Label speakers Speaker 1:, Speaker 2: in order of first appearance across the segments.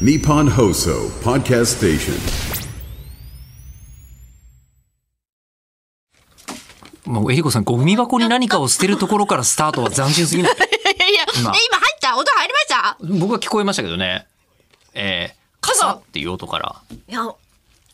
Speaker 1: Nippon Hoso Podcast Station.
Speaker 2: もうえりこさんゴミ箱に何かを捨てるところからスタートは斬新すぎない
Speaker 3: いやいや、え今
Speaker 2: 今
Speaker 3: 入った音入りました
Speaker 2: 僕は聞こえましたけどねえー、傘っていう音から
Speaker 3: いや、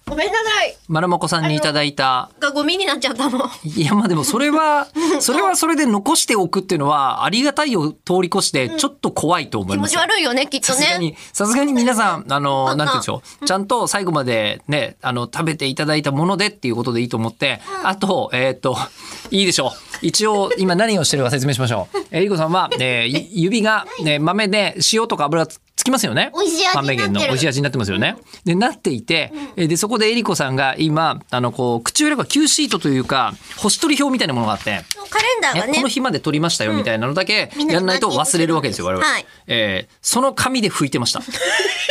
Speaker 3: ごめんなさい。
Speaker 2: まなまこさんにいただいた
Speaker 3: がゴミになっちゃったの。
Speaker 2: いやまあでもそれはそれはそれで残しておくっていうのはありがたいを通り越してちょっと怖いと思い
Speaker 3: 気持
Speaker 2: ます
Speaker 3: ち悪いよね、きっと
Speaker 2: さすが
Speaker 3: ね。
Speaker 2: に、さすがに皆さん、あの、
Speaker 3: ん
Speaker 2: なんて言うんでしょう。ちゃんと最後までね、あの、食べていただいたものでっていうことでいいと思って、あと、えっ、と、いいでしょう。一応、今何をしてるか説明しまし ょう。えりこさんは、えーゆ指が、ね、豆で塩とか油つつきますよね。
Speaker 3: 美味しい味になって
Speaker 2: 豆
Speaker 3: る
Speaker 2: 源の美味しい味になってますよね。で、なっていて、えーで、そこでえりこさんが今、あの、こう、口裏が Q シートというか、星取り表みたいなものがあって、
Speaker 3: カレンダー
Speaker 2: ね
Speaker 3: が
Speaker 2: こ
Speaker 3: ね
Speaker 2: の、日まで撮りましたよみたいなのだけ
Speaker 3: みんな
Speaker 2: やんないと忘れるわけですよ、我々。
Speaker 3: はい
Speaker 2: えーその紙で拭いてま した。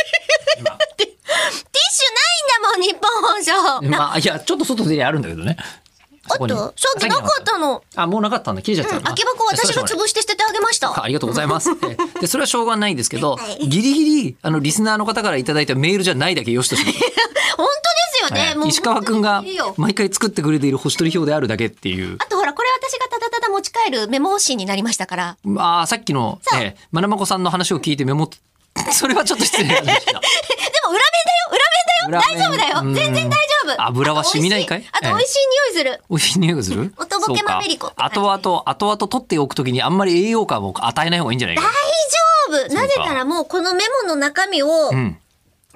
Speaker 3: ティッシュないんだもん、日本放送。
Speaker 2: まあ、いや、ちょっと外であるんだけどね。そ
Speaker 3: お
Speaker 2: こ
Speaker 3: っ
Speaker 2: に
Speaker 3: と、さっきなかったの。
Speaker 2: あ、もうなかったんだ。切れちゃった
Speaker 3: う
Speaker 2: の
Speaker 3: ん、
Speaker 2: かな
Speaker 3: 空き箱私が
Speaker 2: それはしょう
Speaker 3: 潰して捨ててあげました。
Speaker 2: あありがとうござい ます。えーで、それはしょうがないんですけど
Speaker 3: はい、
Speaker 2: ギリギリ、あの、リスナーの方からいただいたメールじゃないだけよしとします
Speaker 3: 本当ですよね。
Speaker 2: えー
Speaker 3: もう
Speaker 2: 石川くんが
Speaker 3: 本当にいいよ
Speaker 2: 毎回作ってくれている星取り表であるだけっていう。
Speaker 3: あとほら、これ私がただただ持ち帰るメモ紙になりましたから。
Speaker 2: まあ、さっきの、
Speaker 3: そう
Speaker 2: えー、まなまこさんの話を聞いてメモっ、 それはちょっと失礼な話だ。
Speaker 3: でも裏面だよ裏面だよ大丈
Speaker 2: 裏面
Speaker 3: 夫だよ全然大丈夫
Speaker 2: 油は染みないかい
Speaker 3: あと美味しいあと美味しい匂いする
Speaker 2: 美味しい匂いがする
Speaker 3: おとぼけマメリコ
Speaker 2: そうか後々、後々取っておくときにあんまり栄養価を与えない方がいいんじゃないか。
Speaker 3: 大丈夫なぜならもうこのメモの中身を、
Speaker 2: うん。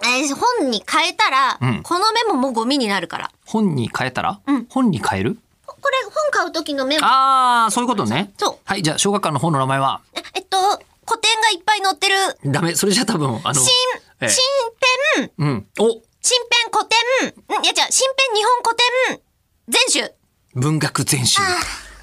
Speaker 3: えー本に変えたら、
Speaker 2: うん
Speaker 3: このメモもゴミになるから
Speaker 2: 本に変えたら、
Speaker 3: うん
Speaker 2: 本に変える
Speaker 3: ここれ本買う時のメモ
Speaker 2: ああ、そういうことね。
Speaker 3: そう
Speaker 2: はい、じゃあ、小学館の本の名前は
Speaker 3: ええっと古典がいっぱい載ってる
Speaker 2: ダメ。それじゃ多分、あの、
Speaker 3: 新
Speaker 2: ええ
Speaker 3: 新編
Speaker 2: うん。お
Speaker 3: 新編古典うんいや違う新編日本古典全集
Speaker 2: 文学全集。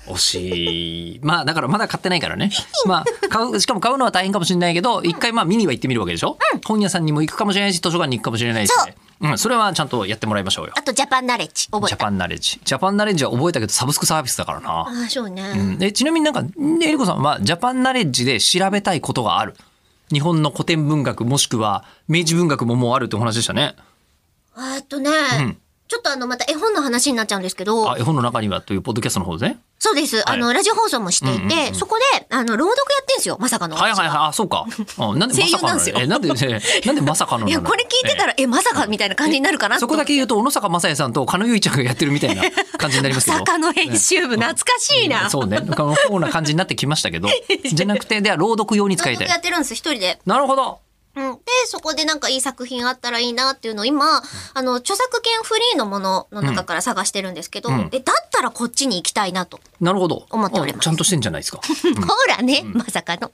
Speaker 2: 惜しい。まあ、だからまだ買ってない からね。まあ、買う、しかも買うのは大変かもしれないけど、一回まあ見には行ってみるわけでしょ、本屋さんにも行くかもしれないし、図書館に行くかもしれないしね、うん、それはちゃんとやってもらいましょうよ。
Speaker 3: あとジャパンナレッジ覚
Speaker 2: ジ
Speaker 3: え
Speaker 2: ャ
Speaker 3: た
Speaker 2: パンナレッジ。ジャパンナレッジは覚えたけどサブスクサービスだからな。
Speaker 3: ああそうね、
Speaker 2: うん、えちなみになんか、ねえりこさんはジャパンナレッジで調べたいことがある。日本の古典文学もしくは明治文学ももうあるってお話でしたね。
Speaker 3: えっとね、
Speaker 2: ん
Speaker 3: ちょっとあのまた絵本の話になっちゃうんですけど
Speaker 2: あ、絵本の中にはというポッドキャストの方でね。
Speaker 3: そうです、
Speaker 2: い
Speaker 3: あのラジオ放送もしていて、そこであの朗読やってんですよまさかの、
Speaker 2: はいはいはい、あ、そうか。うん、なんでま
Speaker 3: 声優
Speaker 2: さか
Speaker 3: なん
Speaker 2: の
Speaker 3: ですよ
Speaker 2: え、なんで、ね、なんでまさかのなの
Speaker 3: いやこれ聞いてたら、えまさかみたいな感じになるか
Speaker 2: え
Speaker 3: な
Speaker 2: そこだけ言うと、小野坂正也さんと狩野由衣ちゃんがやってるみたいな感じになりますけど。
Speaker 3: 坂の編集部、懐かしいな、
Speaker 2: そうね。このような感じになってきました けど。じゃなくて、では朗読用に使
Speaker 3: 朗
Speaker 2: いた
Speaker 3: 読やっ
Speaker 2: い。
Speaker 3: てるんです一人で、
Speaker 2: なるほど。
Speaker 3: うん、でそこでなんかいい作品あったらいいなっていうのを今あの著作権フリーのものの中から探してるんですけど、
Speaker 2: ん
Speaker 3: えだったらこっちに行きたいなと、
Speaker 2: なるほど。
Speaker 3: 思っておりま
Speaker 2: あ
Speaker 3: す
Speaker 2: ちゃんとしてんじゃないですか。
Speaker 3: ほらね、まさかの